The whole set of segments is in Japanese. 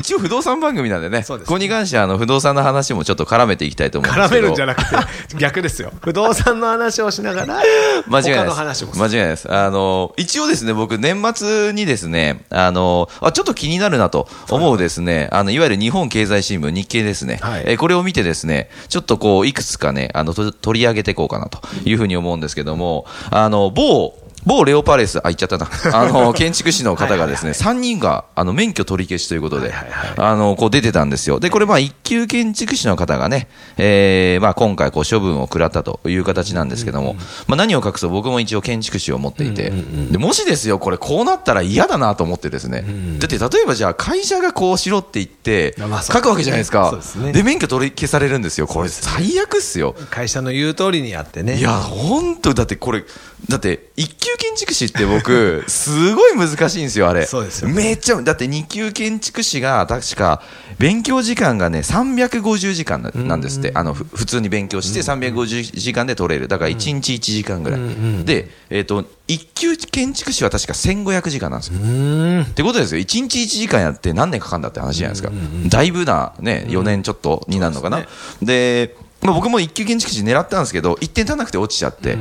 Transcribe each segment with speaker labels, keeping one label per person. Speaker 1: 一応不動産番組なんでね、
Speaker 2: そうです
Speaker 1: ここに関してはあの不動産の話もちょっと絡めていきたいと思うんです
Speaker 2: 絡
Speaker 1: け
Speaker 2: め
Speaker 1: ど、
Speaker 2: るんじゃなくて逆ですよ 不動産の話をしながら
Speaker 1: 間違いないで
Speaker 2: 他の
Speaker 1: す。
Speaker 2: 話もす
Speaker 1: 間
Speaker 2: る
Speaker 1: 違いないです。あの、一応ですね、僕、年末にですね、あの、あ、ちょっと気になるなと思うですね、あの、いわゆる日本経済新聞、日経ですね、
Speaker 2: はい
Speaker 1: えーこれを見てですね、ちょっとこう、いくつかね、あの、と取り上げていこうかなというふうに思うんですけども、あの、某、某レオパレス、あ、言っちゃったな。あの、建築士の方がですね、3人が、あの、免許取り消しということで、あの、こう出てたんですよ。で、これ、まあ、一級建築士の方がね、えー、まあ、今回、こう、処分を食らったという形なんですけども、まあ、何を隠そう、僕も一応建築士を持っていて、で、もしですよ、これ、こうなったら嫌だなと思ってですね、だって、例えばじゃあ、会社がこうしろって言って
Speaker 2: まあ、そう
Speaker 1: 書くわけじゃないですか。
Speaker 2: そうですね
Speaker 1: で、免許取り消されるんですよ。これ、最悪っすよ。
Speaker 2: 会社の言う通りにやってね
Speaker 1: いや、本当だってこれ、だって、一級建築士って僕、 すごい難しいんですよ、あれ。
Speaker 2: そうですよね
Speaker 1: めっちゃ、だって二級建築士が、確か、勉強時間がね、350時間ななんですって。あの、ふ普通に勉強して350時間で取れる。だから1日1時間ぐらい。で、えっ、と、一級建築士は確か1500時間なんですよ。ってことですよ、1日1時間やって何年かかるんだって話じゃないですか、だいぶな、ね、4年ちょっとになるのかな、で、まあ、僕も一級建築士狙ったんですけど、1点足んなくて落ちちゃって、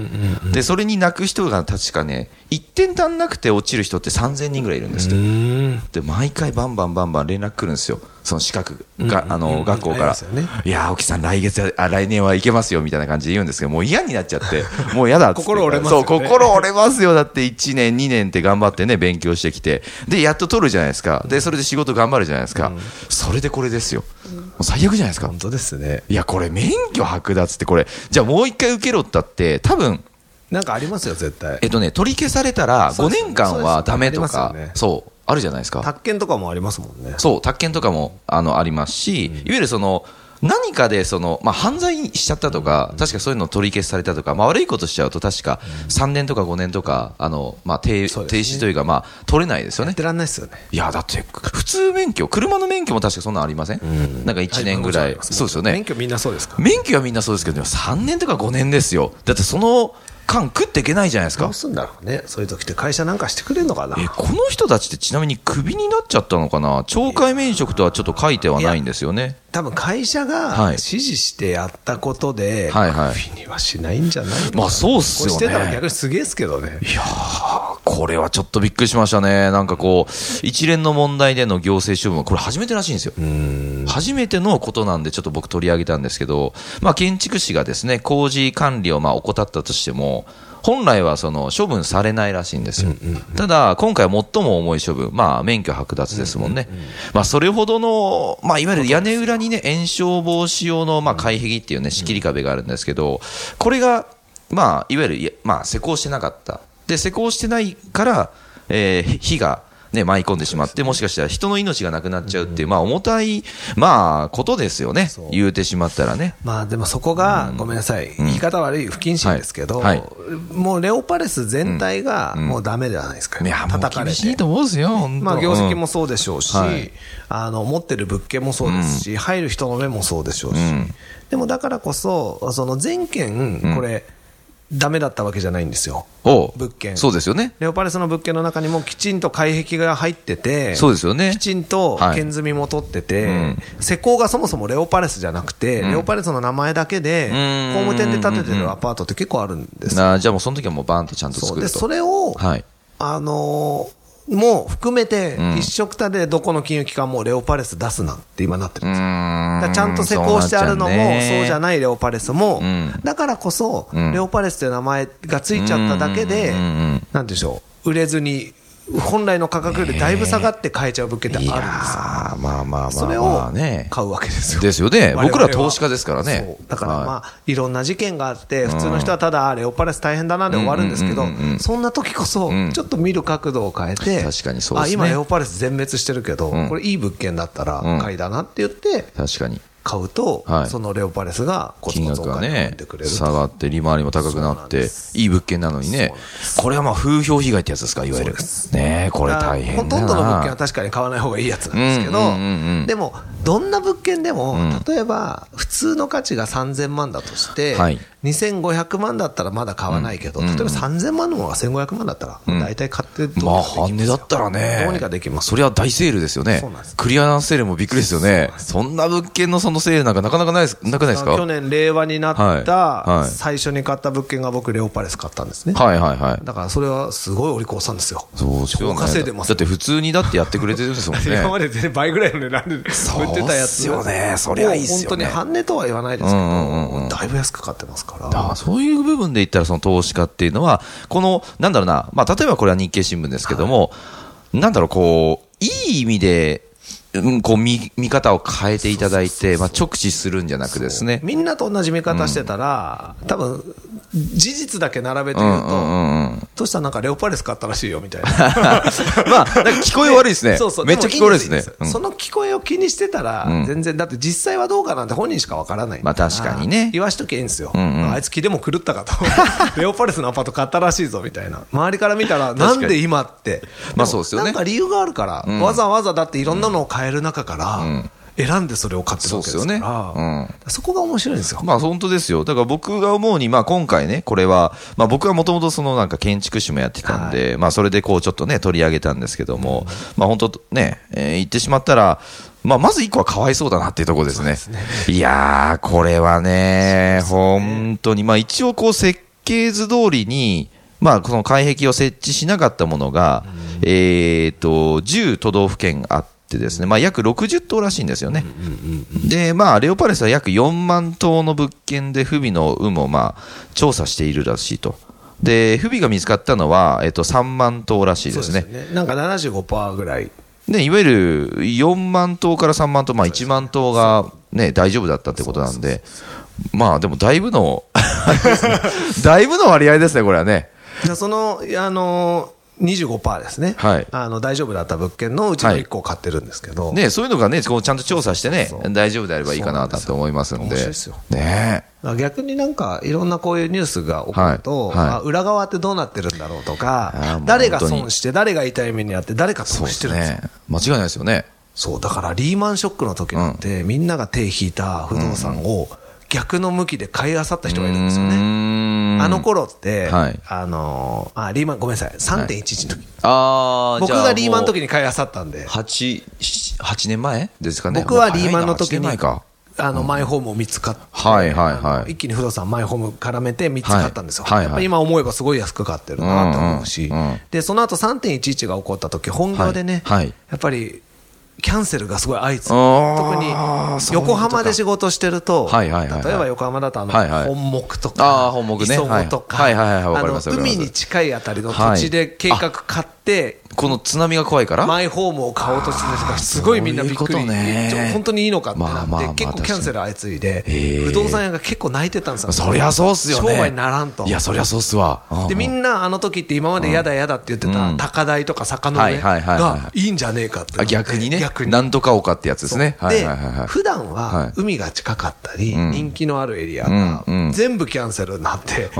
Speaker 1: でそれに泣く人が確かね、1点足んなくて落ちる人って3000人ぐらいいるんですって。で毎回バンバンバンバン連絡来るんですよ、その資格が、あの学校
Speaker 2: あり
Speaker 1: か
Speaker 2: ますよ
Speaker 1: ら、
Speaker 2: ね
Speaker 1: いやー、青木さん、来月はあ、来年はいけますよみたいな感じで言うんですけど、もう嫌になっちゃ って、もう嫌だっつって
Speaker 2: 心折れますよね
Speaker 1: そう、心折れますよ、だって1年、2年って頑張ってね、勉強してきて、で、やっと取るじゃないですか、で、それで仕事頑張るじゃないですか、それでこれですよ、もう最悪じゃないですか。
Speaker 2: 本当ですね
Speaker 1: いや、これ、免許剥奪って、これ、じゃあもう一回受けろったって、多分
Speaker 2: なんかありますよ絶対
Speaker 1: えっとね、取り消されたら、
Speaker 2: そ
Speaker 1: 5
Speaker 2: うですよね
Speaker 1: 年間はダメと
Speaker 2: そうですよ
Speaker 1: か
Speaker 2: ねありますよね、
Speaker 1: そう、あるじゃないですか。
Speaker 2: 宅建とかもありますもんね
Speaker 1: そう、宅建とかもあのありますし、いわゆるその、何かでその、まあ、犯罪しちゃったとか、確かそういうの取り消しされたとか、まあ、悪いことしちゃうと、確か3年とか5年とか、あのまあ停
Speaker 2: そうです
Speaker 1: 停
Speaker 2: ね
Speaker 1: 止というか、まあ、取れないですよ
Speaker 2: やっ
Speaker 1: ね
Speaker 2: て。らんないですよね
Speaker 1: いやだって普通免許、車の免許も確かそんなんありません、なんか1年ぐらい、そうですよね
Speaker 2: 免、許みんなそうですか
Speaker 1: 免許はみんなそうですけど、でも3年とか5年ですよ、だってその間、食っていけないじゃないです
Speaker 2: ど
Speaker 1: か
Speaker 2: う、すんだろうねそういう時って会社なんかしてくれるのかな
Speaker 1: えこの人たちってちなみにクビになっちゃったのかな、懲戒免職とはちょっと書いてはないんですよね。
Speaker 2: 多分会社が
Speaker 1: はい
Speaker 2: 指示してやったことで、
Speaker 1: はいはい
Speaker 2: フィニはしないんじゃないのかな
Speaker 1: まあそうっすよね
Speaker 2: これしてたら逆にすげえっすけどね。
Speaker 1: これはちょっとびっくりしましたね。なんかこう、一連の問題での行政処分は、これ初めてらしいんですよ。初めてのことなんで、ちょっと僕取り上げたんですけど、まあ建築士がですね、工事管理をまあ怠ったとしても、本来はその処分されないらしいんですよ。ただ、今回最も重い処分、まあ免許剥奪ですもんね。まあそれほどの、まあいわゆる屋根裏にね、延焼防止用のまあ外壁っていうね、仕切り壁があるんですけど、これが、まあ、いわゆるいや、まあ、施工してなかった。で、施工してないから、えー火が、ね、舞い込んでしまって、もしかしたら人の命がなくなっちゃうっていう、まあ、重たい、まあ、ことですよね。
Speaker 2: そう
Speaker 1: 言うてしまったらね。
Speaker 2: まあでもそこが、ごめんなさい、言い方悪い、不謹慎ですけど、
Speaker 1: はいは
Speaker 2: もうレオパレス全体がもうダメじゃないですか、
Speaker 1: いや、もう
Speaker 2: 叩かれ
Speaker 1: 厳
Speaker 2: て
Speaker 1: しいと思うんですよ、本当
Speaker 2: まあ、業績もそうでしょうし、
Speaker 1: うんはい
Speaker 2: あの持ってる物件もそうですし、入る人の目もそうでしょうし、でもだからこそ、その全件、これ、ダメだったわけじゃないんですよ、
Speaker 1: うんおう
Speaker 2: 物件
Speaker 1: そうですよね。
Speaker 2: レオパレスの物件の中にもきちんと外壁が入ってて、
Speaker 1: そうですよね
Speaker 2: きちんと
Speaker 1: はい
Speaker 2: 剣積みも取ってて、
Speaker 1: ん
Speaker 2: 施工がそもそもレオパレスじゃなくて、レオパレスの名前だけで、
Speaker 1: ん
Speaker 2: 工務店で建ててるアパートって結構あるんですよ
Speaker 1: なじゃあもうその時はもうバーンとちゃんと
Speaker 2: そ
Speaker 1: 作
Speaker 2: うで
Speaker 1: る
Speaker 2: そ
Speaker 1: と。
Speaker 2: れを、
Speaker 1: はい。
Speaker 2: あのーもう含めて
Speaker 1: ん、
Speaker 2: 一緒くたでどこの金融機関もレオパレス出すなって今なってるんですよ。だか
Speaker 1: ー
Speaker 2: らちゃんと施工してあるのも、そうじゃ
Speaker 1: い。
Speaker 2: ないレオパレスも
Speaker 1: ん、
Speaker 2: だからこそ、
Speaker 1: ん
Speaker 2: レオパレスという名前がついちゃっただけで
Speaker 1: うんうんうん、
Speaker 2: なんでしょう、売れずに、本来の価格よりだいぶ下がって買えちゃう物件ってあるん
Speaker 1: いやー
Speaker 2: ですよ。
Speaker 1: まあまあまあ
Speaker 2: それ
Speaker 1: ま
Speaker 2: を
Speaker 1: あね。
Speaker 2: 買うわけですよ。
Speaker 1: ですよね
Speaker 2: 我々
Speaker 1: 僕ら投資家ですからね
Speaker 2: そうだから
Speaker 1: はい
Speaker 2: まあ、いろんな事件があって、普通の人はただ、あレオパレス大変だなで終わるんですけど、そんな時こそ、ちょっと見る角度を変え
Speaker 1: 確
Speaker 2: て、
Speaker 1: かにそうですね
Speaker 2: あ今、レオパレス全滅してるけど、これ、いい物件だったら買いだなって言って、
Speaker 1: 確かに。
Speaker 2: 買うと、
Speaker 1: はい
Speaker 2: そのレオパレスがコツ
Speaker 1: 金
Speaker 2: コツお
Speaker 1: 額が
Speaker 2: 金を持っ
Speaker 1: ね
Speaker 2: てくれ、る
Speaker 1: 下がって、利回りも高くな
Speaker 2: そうな
Speaker 1: っ
Speaker 2: んで
Speaker 1: て、
Speaker 2: す
Speaker 1: いい物件なのにね
Speaker 2: そうなんで、
Speaker 1: これはまあ風評被害ってやつですか、いわゆる
Speaker 2: そうで。す
Speaker 1: ねえこれ大変だ
Speaker 2: ほとんどの物件
Speaker 1: な。
Speaker 2: は確かに買わない方がいいやつなんですけど、
Speaker 1: うんうんうんうん
Speaker 2: でも、どんな物件でも、
Speaker 1: ん
Speaker 2: 例えば普通の価値が3000万だとして、
Speaker 1: はい
Speaker 2: 2500万だったらまだ買わないけど、
Speaker 1: うん
Speaker 2: 例えば3000万のものが1500万だったら、
Speaker 1: ん
Speaker 2: 大体買ってどうにか
Speaker 1: まあ、
Speaker 2: できますよ
Speaker 1: 半値だったらね。
Speaker 2: どうにかできます。
Speaker 1: そりゃ大セールですよね
Speaker 2: そうなんです。
Speaker 1: クリアランスセールもびっくりですよね。そんな物件のそのセールなんかなかなかないです、なくないですか
Speaker 2: 去年、令和になっ
Speaker 1: はいは
Speaker 2: た
Speaker 1: い
Speaker 2: 最初に買った物件が僕、レオパレス買ったんですね。
Speaker 1: はいはいはい。
Speaker 2: だからそれはすごいお利口さんですよ。
Speaker 1: そうですよね
Speaker 2: 超稼いでます
Speaker 1: だって普通にだってやってくれてるんですもん ね。
Speaker 2: 今まで全然倍ぐらいの値段で売
Speaker 1: そう
Speaker 2: ってたやつ
Speaker 1: っすよねそりゃいいっすよね
Speaker 2: もう本当に半値とは言わないですけど、
Speaker 1: うんうんうんうん
Speaker 2: だいぶ安く買ってますか
Speaker 1: だ
Speaker 2: ら
Speaker 1: からそういう部分で言ったら、その投資家っていうのは、この、なんだろうな、まあ、例えばこれは日経新聞ですけども、なんだろう、こう、いい意味で、うん、こう見、見方を変えていただいて、まあ、直視するんじゃなくですね。
Speaker 2: みんなと同じ見方してたら、多分事実だけ並べて
Speaker 1: う
Speaker 2: る
Speaker 1: ん
Speaker 2: と、
Speaker 1: うんうんうん。
Speaker 2: トシさんなんかレオパレス買ったらしいよみたいな
Speaker 1: まあ、なんか聞こえ悪いですね。
Speaker 2: そうそう
Speaker 1: めっちゃ聞こえ悪いです
Speaker 2: もい
Speaker 1: ね。
Speaker 2: いん
Speaker 1: うん
Speaker 2: その聞こえを気にしてたら、
Speaker 1: うん
Speaker 2: 全然だって実際はどうかなんて本人しかわからないんだら
Speaker 1: まあ確かにね
Speaker 2: 言わしときゃいいんですよ、
Speaker 1: んうん
Speaker 2: あいつ気でも狂ったかと レオパレスのアパート買ったらしいぞみたいな周りから見た
Speaker 1: か
Speaker 2: らな
Speaker 1: に
Speaker 2: んで今って
Speaker 1: まあそうですよね
Speaker 2: なんか理由があるから、わざわざだっていろんなのを変える中から、選んでそれを買ってる
Speaker 1: そう
Speaker 2: わ
Speaker 1: で
Speaker 2: け
Speaker 1: す
Speaker 2: で
Speaker 1: よ
Speaker 2: すから
Speaker 1: ね。うん。
Speaker 2: そこが面白いんですよ、
Speaker 1: まあ本当ですよ。だから僕が思うに、まあ今回ね、これは、まあ僕はもともとそのなんか建築士もやってたんで、まあそれでこうちょっとね、取り上げたんですけども、まあ本当ね、えー言ってしまったら、まあまず一個はかわいそうだなっていうところですね。いやー、これはね、本当に、まあ一応こう設計図通りに、まあ、この外壁を設置しなかったものが、えー、と10都道府県あってですね、まあ、約60棟らしいんですよね。で、まあ、レオパレスは約4万棟の物件で不備の有無を、まあ、調査しているらしいと。で、不備が見つかったのは、えっと、3万棟らしいですね。
Speaker 2: ねなんか75%ぐらい
Speaker 1: ね、いわゆる4万棟から3万棟、まあ、1万棟が、ね、大丈夫だったってことなんで、まあ、でもだいぶの、 だいぶの割合ですね、これはね。
Speaker 2: じゃあその、あの25%ですね、
Speaker 1: はい
Speaker 2: あの大丈夫だった物件のうちの
Speaker 1: はい
Speaker 2: 1個を買ってるんですけど、
Speaker 1: ね、そういうのがね、こうちゃんと調査してね
Speaker 2: そうそ、う
Speaker 1: 大丈夫であればいいかなと思いますんで。
Speaker 2: 面白いですよ
Speaker 1: ねえ
Speaker 2: だから逆になんか、いろんなこういうニュースが起こると、
Speaker 1: はいはい
Speaker 2: あ裏側ってどうなってるんだろうと
Speaker 1: あー
Speaker 2: か
Speaker 1: もう、
Speaker 2: 誰が
Speaker 1: 本当に
Speaker 2: 損して、誰が痛い目にあって、誰が
Speaker 1: そう
Speaker 2: 損
Speaker 1: で
Speaker 2: し
Speaker 1: す
Speaker 2: てるんですよ
Speaker 1: ね。間違いないですよね。
Speaker 2: そうだからリーマンショックの時なんて、みんなが手引いた不動産を逆の向きで買い漁った人がいるんですよ
Speaker 1: うー
Speaker 2: ね。
Speaker 1: ん
Speaker 2: あの頃って、
Speaker 1: はい
Speaker 2: あのーあ、リーマン、ごめんなさい、3.11の時、
Speaker 1: あー
Speaker 2: 僕
Speaker 1: じゃあ
Speaker 2: がリーマンの時
Speaker 1: に。
Speaker 2: に買い漁ったんで、
Speaker 1: 8、8年前ですかね。
Speaker 2: 僕はリーマンの時
Speaker 1: もう
Speaker 2: に
Speaker 1: 早いな8年前か。
Speaker 2: あのマイホームを見つかって、
Speaker 1: はいはいはい
Speaker 2: あの一気に不動産、マイホーム絡めて3つ買ったんですよ、
Speaker 1: はいはいはい
Speaker 2: やっぱ今思えばすごい安く買ってるなと思うし、
Speaker 1: うんうんうん
Speaker 2: でその後3.11が起こった時本業でね、
Speaker 1: はいはい
Speaker 2: やっぱりキャンセルがすごい相次いで、特に
Speaker 1: あーそういうことか
Speaker 2: 横浜で仕事してると、
Speaker 1: はいはいはいはい
Speaker 2: 例えば横浜だとあの、
Speaker 1: はいはい
Speaker 2: 本木と
Speaker 1: あー
Speaker 2: か、
Speaker 1: 本木ね
Speaker 2: 磯子とか、
Speaker 1: はいはいはいはいわか
Speaker 2: あ
Speaker 1: り
Speaker 2: の
Speaker 1: ますわかります
Speaker 2: 海に近いあたりの土地で計画買って、
Speaker 1: この津波が怖いから。
Speaker 2: マイホームを買おうとしてた人がすごいみんなびっくり
Speaker 1: そういうことね
Speaker 2: ちょ本当にいいのかって
Speaker 1: ま
Speaker 2: な
Speaker 1: あまあまあ
Speaker 2: って結構キャンセル相次いで
Speaker 1: へえ
Speaker 2: 不動産屋が結構泣いてたんですよ
Speaker 1: そりゃそうっすよね。
Speaker 2: 商売にならんと
Speaker 1: いや、そりゃそうっすわ。
Speaker 2: でみ
Speaker 1: な。
Speaker 2: んなあの時って今までやだやだって言って
Speaker 1: う
Speaker 2: た
Speaker 1: ん
Speaker 2: 高台とか坂の上
Speaker 1: はいはいはいはい
Speaker 2: がいいんじゃねえかってな
Speaker 1: あ
Speaker 2: って
Speaker 1: 逆にね。
Speaker 2: 逆に
Speaker 1: 何とか丘ってやつですね。はい
Speaker 2: で
Speaker 1: はいはいはい。
Speaker 2: 普段
Speaker 1: は
Speaker 2: はい海が近かったり
Speaker 1: ん
Speaker 2: 人気のあるエリアが
Speaker 1: うんうん
Speaker 2: 全部キャンセルになって結
Speaker 1: あー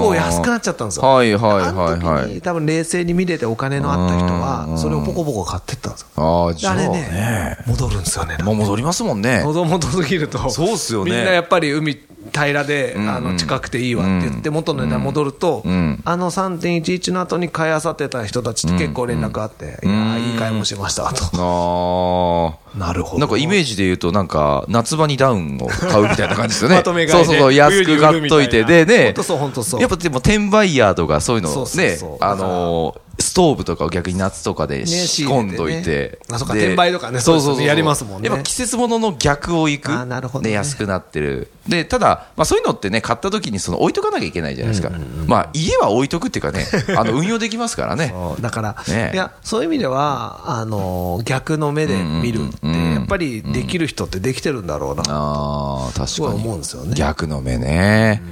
Speaker 2: 構安くなっちゃったんですよ
Speaker 1: はいはいはいはい
Speaker 2: あの時に多分冷静に見れてお金のあった人
Speaker 1: うん
Speaker 2: はそれをポコポコ買ってったんですよ
Speaker 1: ああ、じ
Speaker 2: で
Speaker 1: ゃ
Speaker 2: あ
Speaker 1: あ
Speaker 2: れ
Speaker 1: ね
Speaker 2: ね。、戻るんですよね。
Speaker 1: もう戻りますもんね。
Speaker 2: 喉元すぎると、
Speaker 1: そうっすよね
Speaker 2: みんなやっぱり海平らで、
Speaker 1: ん
Speaker 2: あの近くていいわって言って、元の値段戻ると、
Speaker 1: うん
Speaker 2: あの3.11の後に買いあさってた人たちって結構連絡あって、いやーいい買い物しましたと。
Speaker 1: ああ。
Speaker 2: なるほど。
Speaker 1: なんかイメージで言うと、なんか、夏場にダウンを買うみたいな感じ ですよね。
Speaker 2: まとめ買い
Speaker 1: そ
Speaker 2: で
Speaker 1: うそうそう、安く買っといて、で
Speaker 2: 冬に売るみたい
Speaker 1: ね。
Speaker 2: なほんとそうほんとそう
Speaker 1: やっぱでも、転売ヤーとか、そういうの
Speaker 2: そうそう
Speaker 1: ね
Speaker 2: そう、
Speaker 1: あのー、ストーブとかを逆に夏とかで仕込んどい
Speaker 2: 仕入れ
Speaker 1: て
Speaker 2: て。ねあそうか
Speaker 1: で
Speaker 2: 転売とかね
Speaker 1: そう
Speaker 2: そ
Speaker 1: そ
Speaker 2: う
Speaker 1: うそ
Speaker 2: です
Speaker 1: う。
Speaker 2: ねやりますもんね
Speaker 1: やっぱ季節ものの逆を行く。
Speaker 2: あーなるほどね
Speaker 1: で安くなってる。で、ただ、まあそういうのってね、買った時にその置いとかなきゃいけないじゃないですか。まあ家は置いとくっていうかね、あの、運用できますからね。
Speaker 2: そうだから、
Speaker 1: ね
Speaker 2: いやそういう意味ではあの逆の目で見るって、
Speaker 1: うんうんうん
Speaker 2: やっぱりできる人ってできてるんだろうな、
Speaker 1: ああ、確かに。
Speaker 2: すごい思うんですよね
Speaker 1: 逆の目ね。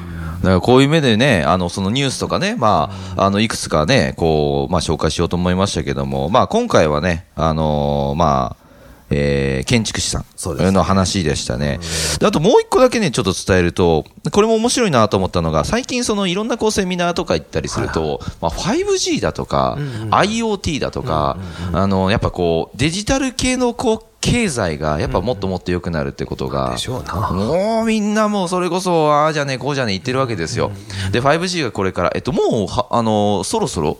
Speaker 1: だからこういう目でね、あの、そのニュースとかね、まあ、あの、いくつかね、こう、まあ、紹介しようと思いましたけども、まあ、今回はね、あのーまあ、えー建築士さ
Speaker 2: そうです
Speaker 1: んの話でしたね。であともう一個だけね、ちょっと伝えると、これも面白いなと思ったのが、最近そのいろんなこうセミナーとか行ったりすると、まあ、5G だとか、IoT だとか、あの、やっぱこう、デジタル系のこう、経済がやっぱもっともっと良くなるってことが、
Speaker 2: でしょうな
Speaker 1: もうみんなもうそれこそ、ああじゃねえ、こうじゃねえ言ってるわけですよ。で、5G がこれから、えっと、もうは、あの、そろそろ、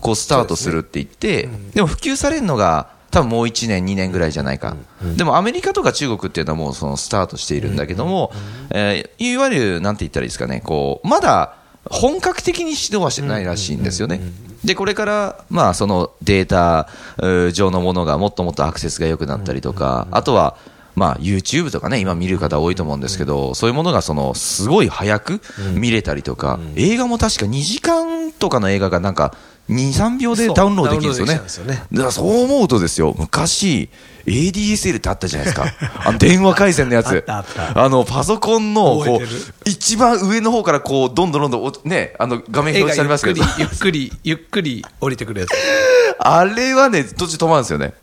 Speaker 1: こう、スタートするって言って、でも普及されるのが、多分もう1年、2年ぐらいじゃないか。でもアメリカとか中国っていうのはもうそのスタートしているんだけども、えーいわゆる、なんて言ったらいいですかね、こう、まだ、本格的に指導はしてないらしいんですよね。で、これから、まあ、そのデータえー上のものがもっともっとアクセスが良くなったりとか、あとは、まあ、YouTube とかね、今見る方多いと思うんですけど、そういうものが、その、すごい早く見れたりとか、映画も確か2時間とかの映画がなんか、2、3秒で
Speaker 2: そう
Speaker 1: ダウンロードできるんですよね。
Speaker 2: ダウンロードできちゃうんですよね
Speaker 1: だからそう思うとですよ、昔、ADSL ってあったじゃないです か。あの電話回線のやつ。
Speaker 2: あったあった
Speaker 1: あの、パソコンの、
Speaker 2: 覚え
Speaker 1: こ
Speaker 2: てる
Speaker 1: う、一番上の方からこう、どんどんどんどんお、ね、あの、画面
Speaker 2: 絵
Speaker 1: 表示さ
Speaker 2: が
Speaker 1: れ
Speaker 2: ゆっ
Speaker 1: ます
Speaker 2: く
Speaker 1: け
Speaker 2: り
Speaker 1: ど、、
Speaker 2: ゆっくり、ゆっくり降りてくるやつ。
Speaker 1: あれはね、途中止まるんですよね。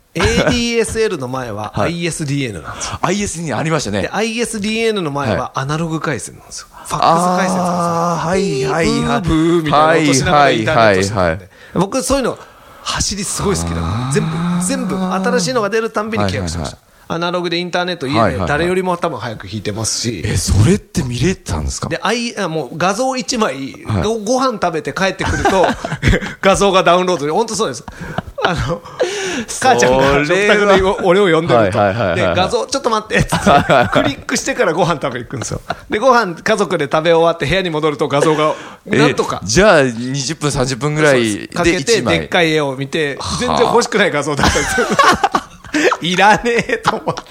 Speaker 2: ADSL の前は
Speaker 1: はい
Speaker 2: ISDN なんですよ。
Speaker 1: IS にありました
Speaker 2: で、
Speaker 1: ね。
Speaker 2: ISDN の前
Speaker 1: は
Speaker 2: はアナログ回線なんですよ。ファックス回線なんですよ。
Speaker 1: ああ、はいはいはい。
Speaker 2: ブーブーみたいな音しながらインターネットして
Speaker 1: はいは
Speaker 2: た
Speaker 1: いは
Speaker 2: んで
Speaker 1: い。
Speaker 2: 僕、そういうの、走りすごい好きだから、全部、全部、新しいのが出るたんびに契約してました
Speaker 1: は。
Speaker 2: アナログでインターネット家
Speaker 1: はいは
Speaker 2: で
Speaker 1: いはい
Speaker 2: 誰よりも多分早く弾いてますし、
Speaker 1: え、それって見れたんですか
Speaker 2: で、あい、あもう画像一枚、ごご飯食べて帰ってくると、 画像がダウンロードで、本当そうです。あの、母ちゃんが
Speaker 1: そ
Speaker 2: 食
Speaker 1: れは
Speaker 2: 卓で俺を呼んでると。
Speaker 1: はいはいはいはい
Speaker 2: で、画像、ちょっと待ってっつって、クリックしてからご飯食べに行くんですよ。で、ご飯家族で食べ終わって部屋に戻ると画像が、
Speaker 1: え
Speaker 2: なんとか。
Speaker 1: じゃあ、20分、30分ぐら
Speaker 2: そう
Speaker 1: い
Speaker 2: ですかけ
Speaker 1: で
Speaker 2: て、
Speaker 1: 一枚。
Speaker 2: でっかい絵を見て、全然
Speaker 1: はあ
Speaker 2: 欲しくない画像だったんですよ。 いらねえと思って。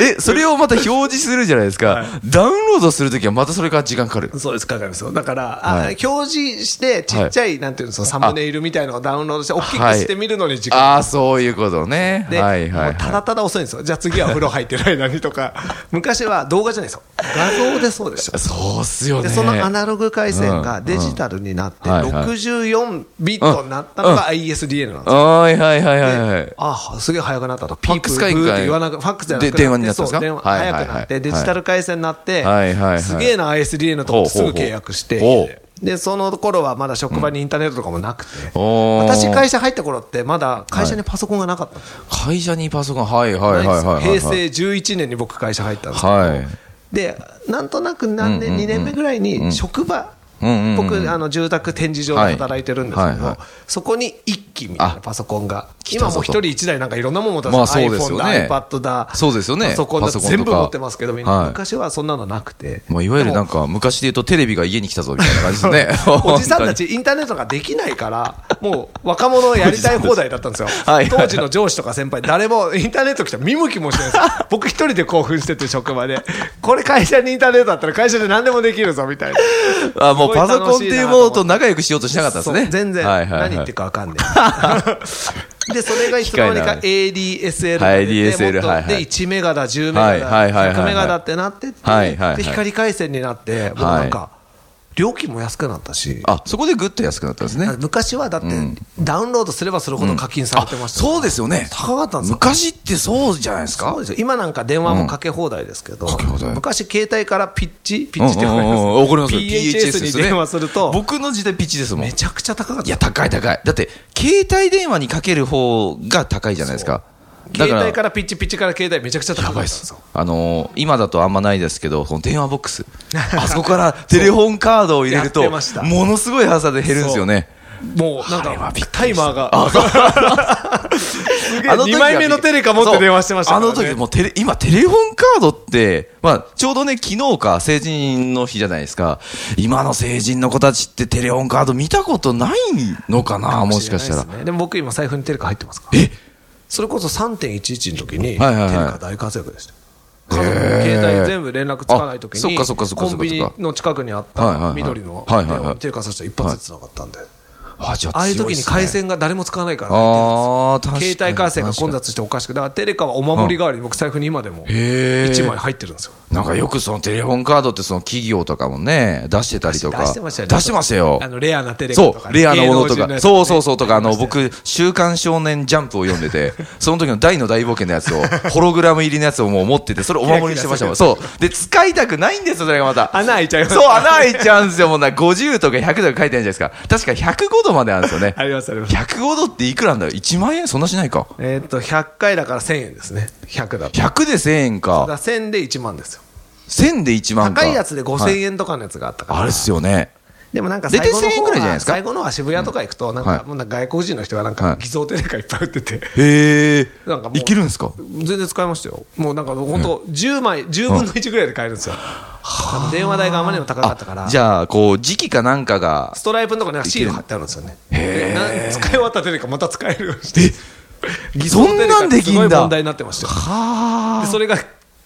Speaker 1: え、それをまた表示するじゃないですか。ダウンロードするときはまたそれから時間かかる。
Speaker 2: そうです、かかりますよ。だから、
Speaker 1: はい
Speaker 2: あ表示して、ちっちゃい、なんていうの、そのサムネイルみたいなのをダウンロードして、大きくして見るのに時間
Speaker 1: ああ、そういうことね。
Speaker 2: で、
Speaker 1: はいはい、
Speaker 2: もうた
Speaker 1: は
Speaker 2: だただ遅いんですよ。じゃあ次は風呂入ってる間にとか、 昔は動画じゃないですよ。画像でそうでした
Speaker 1: い。。そうっすよね。
Speaker 2: で、そのアナログ回線がデジタルになって、64ビットになったのが ISDN なんですよ。
Speaker 1: はいはいはいはいは
Speaker 2: で
Speaker 1: い。
Speaker 2: ああ、すげえ早くなったと。ピ
Speaker 1: ァ
Speaker 2: ー
Speaker 1: ッ
Speaker 2: プ
Speaker 1: ク
Speaker 2: ブ
Speaker 1: ス回
Speaker 2: ー
Speaker 1: 帰
Speaker 2: って言わなく、ファックスじゃなくなって
Speaker 1: で電話になったんですか
Speaker 2: そう電話
Speaker 1: はいはいはい
Speaker 2: 早くなって、デジタル回線になって、
Speaker 1: はいはいはい
Speaker 2: すげえな ISDN と思ってすぐ契約して、
Speaker 1: ほうほうほうほ
Speaker 2: で、その頃はまだ職場にインターネットとかもなくて、
Speaker 1: おー
Speaker 2: 私会社入った頃ってまだ会社にパソコンがなかったんですよ
Speaker 1: 会社にパソコン、はいはいはいは
Speaker 2: ない
Speaker 1: はい。
Speaker 2: いですよ平成11年に僕、会社入ったんですけど、
Speaker 1: はい。
Speaker 2: でなんとなく何年、2年目ぐらいに職場、
Speaker 1: うんうんうん
Speaker 2: 僕あの、住宅展示場で働いてるんですけど、
Speaker 1: はいはいはい
Speaker 2: そこに一機みたいなパソコンが、
Speaker 1: 来た
Speaker 2: 今
Speaker 1: ぞ
Speaker 2: もう一人一台、なんかいろんなもの持って
Speaker 1: まあ
Speaker 2: ます、
Speaker 1: そうですよ
Speaker 2: iPhone だ、
Speaker 1: ね
Speaker 2: iPad だ、
Speaker 1: そうですよね
Speaker 2: パソコンだ
Speaker 1: パソコンとか
Speaker 2: 全部持ってますけど、みんな
Speaker 1: はい
Speaker 2: 昔はそんなのなくて。。
Speaker 1: まあ、いわゆるなんか、昔で言うとテレビが家に来たぞみたいな感じですね
Speaker 2: おじさんたちインターネットができないから、もう若者はやりたい放題だったんですよ。
Speaker 1: はい
Speaker 2: 当時の上司とか先輩、誰もインターネット来たら見向きもしない んですよ。僕一人で興奮してて職場で。これ会社にインターネットだったら会社で何でもできるぞみたいな。
Speaker 1: 本当に。あ、もうパソコンっていうものと仲良くしようとしなかったんですね
Speaker 2: そ。う全然、
Speaker 1: はいはいはい
Speaker 2: 何言ってるか分 かんない。で、それがいつの間にか ADSL が出て
Speaker 1: ADSL
Speaker 2: もっと
Speaker 1: はいはい
Speaker 2: で、1メガだ、10メガだ、
Speaker 1: はいはいはいはい
Speaker 2: 100メガだってなってって、
Speaker 1: はいはいはい
Speaker 2: で光回線になって、もうなんか、料金も安くなったし、
Speaker 1: あ、そこでぐっと安くなったんですね。
Speaker 2: 昔はだって、ダウンロードすればするほど課金されてましたから、
Speaker 1: そうですよね。
Speaker 2: 高かったんですよ
Speaker 1: 昔ってそうじゃないですか
Speaker 2: そうですよ今なんか電話もかけ放題ですけど、
Speaker 1: かけ放題
Speaker 2: 昔、携帯からピッチ、ピッチってわかります、
Speaker 1: うんうんうん怒ります
Speaker 2: PHS に
Speaker 1: ですね
Speaker 2: 電話すると、
Speaker 1: 僕の時代ピッチですもん
Speaker 2: め。ちゃくちゃ高かった
Speaker 1: いや、高い高い。だって、携帯電話にかける方が高いじゃないですか。だ
Speaker 2: 携帯
Speaker 1: か、
Speaker 2: かららピッチ、ピッチから携帯、めちゃくちゃ高かったんですよ。
Speaker 1: あのー今だとあんまないですけど、この電話ボック ス。あそこからテレホンカードを入れる
Speaker 2: や
Speaker 1: と、
Speaker 2: って
Speaker 1: も
Speaker 2: ました
Speaker 1: のすごい速さで減るんですよね。
Speaker 2: もうなん
Speaker 1: あれ
Speaker 2: か
Speaker 1: はびっ、く
Speaker 2: タイ
Speaker 1: りした
Speaker 2: マーが、すげえ
Speaker 1: あの時
Speaker 2: 2
Speaker 1: は
Speaker 2: 枚目のテレカ持って電話してましたからね
Speaker 1: そうあの時もうテレ、今テレホンカードって、まあ、ちょうどね、昨日か成人の日じゃないですか。今の成人の子たちってテレホンカード見たことないのかなもしかしたら
Speaker 2: れないです。ねでも僕、今、財布にテレカ入ってますから。
Speaker 1: え
Speaker 2: それこそ3.11の時に、テレ
Speaker 1: はいはいはい
Speaker 2: カ大活躍でした。家族の携帯全部連絡つかない時
Speaker 1: あそっ
Speaker 2: に、
Speaker 1: かそっかそっか
Speaker 2: コ
Speaker 1: そっ
Speaker 2: ン
Speaker 1: か
Speaker 2: ビ
Speaker 1: そっか
Speaker 2: ニの近くにあっ
Speaker 1: はいはいは
Speaker 2: た
Speaker 1: い
Speaker 2: 緑の
Speaker 1: はいはいはい
Speaker 2: テレカさせたら一発でつながったんで、
Speaker 1: あ、じゃ
Speaker 2: ああいう
Speaker 1: 強
Speaker 2: 時
Speaker 1: っ
Speaker 2: に
Speaker 1: すね
Speaker 2: 回線が誰も使わないから、
Speaker 1: あー確かに
Speaker 2: 携帯回線が混雑しておかしくだからテレカはお守り代わりに僕財布に今でも
Speaker 1: へー
Speaker 2: 1枚入ってるんですよ
Speaker 1: なんかよくそのテレホンカードってその企業とかもね、出してたりとか。
Speaker 2: 出してましたよね
Speaker 1: 出してましたよ
Speaker 2: あのレアなテレカと
Speaker 1: そ
Speaker 2: かね
Speaker 1: う、レアなものと
Speaker 2: 芸能人の
Speaker 1: か。
Speaker 2: やつね
Speaker 1: そうそうそうとか、あの、
Speaker 2: りましたよ
Speaker 1: 僕、週刊少年ジャンプを読んでて、 その時の大の大冒険のやつを、 ホログラム入りのやつをもう持ってて、それお守りにしてましたもん。そう。で、使いたくないんですよ、それがま た。
Speaker 2: 穴開いちゃいます
Speaker 1: そう、穴開いちゃうんですよ、もうな。50とか100とか書いてあるじゃないですか。確か105度まであるんですよね。
Speaker 2: ありますあります
Speaker 1: 105度っていくらなんだよ ?1 万円そんなしないか。
Speaker 2: えーっと100回だから1000円ですね100だと
Speaker 1: 100で1000円
Speaker 2: だから
Speaker 1: か。
Speaker 2: 1000で1万ですよ
Speaker 1: 1000で1万か。
Speaker 2: 高いやつで5000
Speaker 1: はい
Speaker 2: 円とかのやつがあったから、
Speaker 1: あれっすよね。
Speaker 2: でもなんか
Speaker 1: 大体
Speaker 2: 最後の
Speaker 1: 1000円
Speaker 2: 方
Speaker 1: ぐらいじゃない
Speaker 2: は
Speaker 1: ですか
Speaker 2: 最後のは渋谷とか行くとなん
Speaker 1: は
Speaker 2: か
Speaker 1: い
Speaker 2: もうなんか外国人の人がなん
Speaker 1: はい
Speaker 2: か偽造テレカいっぱい売ってて
Speaker 1: へえ。
Speaker 2: なんかもう
Speaker 1: いけるんですか
Speaker 2: 全然使えましたよもうなんか本当10枚10分の1ぐらいで買えるんですよ多分電話代があまりにも高かったから
Speaker 1: あじゃあ、こう、時期かなんかが
Speaker 2: ス、トライプのとこになんかシール貼ってあるんですよねでなん使い終わったテレカまた使えるようにして偽
Speaker 1: そ
Speaker 2: 造
Speaker 1: ん
Speaker 2: テレ
Speaker 1: な
Speaker 2: カ
Speaker 1: ん
Speaker 2: っ
Speaker 1: で
Speaker 2: て
Speaker 1: き
Speaker 2: す
Speaker 1: んだ
Speaker 2: ごい問題になってましたよ
Speaker 1: は
Speaker 2: でそれが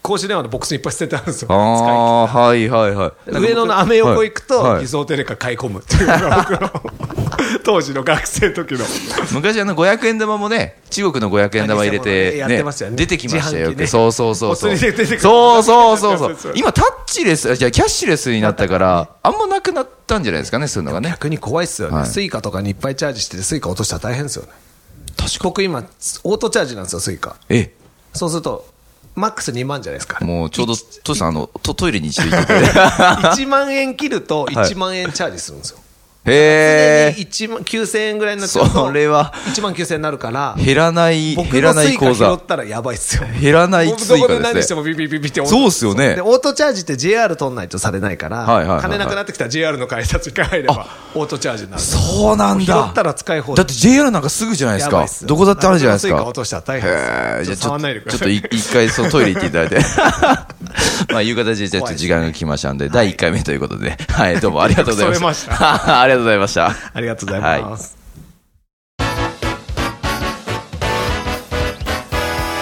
Speaker 2: 公衆電話のボックスにいっぱい捨ててあるんですよ
Speaker 1: あ。ああ、はいはいはい。
Speaker 2: 上野のアメ横行く
Speaker 1: はいは
Speaker 2: と、
Speaker 1: い
Speaker 2: 偽造テレカ買い込むっていうのが僕 の当時の学生の時の。
Speaker 1: 昔あの500円玉もね、中国の500円玉入れて、
Speaker 2: やってましたよね
Speaker 1: 出てきましたよ。
Speaker 2: 自販機ね
Speaker 1: そうそうそうそう。
Speaker 2: お釣りで出てくる
Speaker 1: そうそうそうそ
Speaker 2: そうう。
Speaker 1: 今タッチレス、じゃあキャッシュレスになったから、あんまなくなったんじゃないですかね、そういうのがね。
Speaker 2: 逆に怖いっすよ
Speaker 1: はい
Speaker 2: ね。スイカとかにいっぱいチャージしてて、スイカ落としたら大変ですよね。
Speaker 1: 確
Speaker 2: 僕今、オートチャージなんですよ、スイカ。
Speaker 1: え、
Speaker 2: そうすると、マックス2万じゃないですか。
Speaker 1: もうちょうど、トシさん、あの、トトイレに一度行ってて。
Speaker 2: 1万円切ると1万円チャージするんですよ。
Speaker 1: へえ。
Speaker 2: 常に1万9000円ぐらいになっちゃうと、
Speaker 1: それは
Speaker 2: 1万9000円になるから、
Speaker 1: 減らない、
Speaker 2: 僕
Speaker 1: 減ら
Speaker 2: の
Speaker 1: な
Speaker 2: ス
Speaker 1: い
Speaker 2: イカ
Speaker 1: 口
Speaker 2: 拾っ
Speaker 1: 座。
Speaker 2: たらやばいっすよ。
Speaker 1: 減らないスイ
Speaker 2: どこ
Speaker 1: カ
Speaker 2: で何
Speaker 1: で
Speaker 2: し
Speaker 1: す
Speaker 2: て
Speaker 1: ね。
Speaker 2: もビビビビって
Speaker 1: そうっすよね
Speaker 2: でオートチャージって JR 取んないとされないから、
Speaker 1: はいはいはいはい
Speaker 2: 金なくなってきたら JR の改札が入ればオートチャージになる
Speaker 1: そうなんだ。
Speaker 2: 拾ったら使い放題
Speaker 1: だって JR なんかすぐじゃないです
Speaker 2: やばい
Speaker 1: か
Speaker 2: っす。よ
Speaker 1: どこだってあるじゃないです
Speaker 2: スイカ
Speaker 1: か
Speaker 2: 落。としたら大変
Speaker 1: へー
Speaker 2: です
Speaker 1: じゃあ
Speaker 2: ちょっと触んないでくだ
Speaker 1: ちょっ
Speaker 2: さ
Speaker 1: と
Speaker 2: い
Speaker 1: い一回そのトイレ行っていただいて。 まあいう形でちょっと時間が来ましたんで、第1回目ということで、はい、どうもありがとうございまし
Speaker 2: よ く
Speaker 1: た。ありがとうございました。
Speaker 2: ありがとうございます、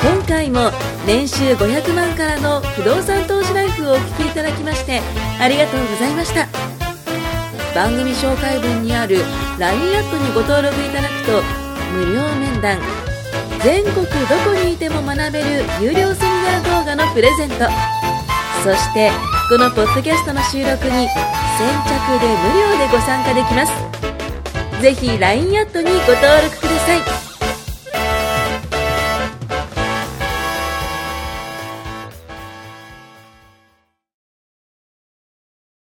Speaker 3: 今回も年収500万からの不動産投資ライフをお聞きいただきましてありがとうございました番組紹介文にある LINE アップにご登録いただくと無料面談全国どこにいても学べる有料セミナー動画のプレゼントそしてこのポッドキャストの収録に先着で無料でご参加できますぜひ LINE アットにご登録ください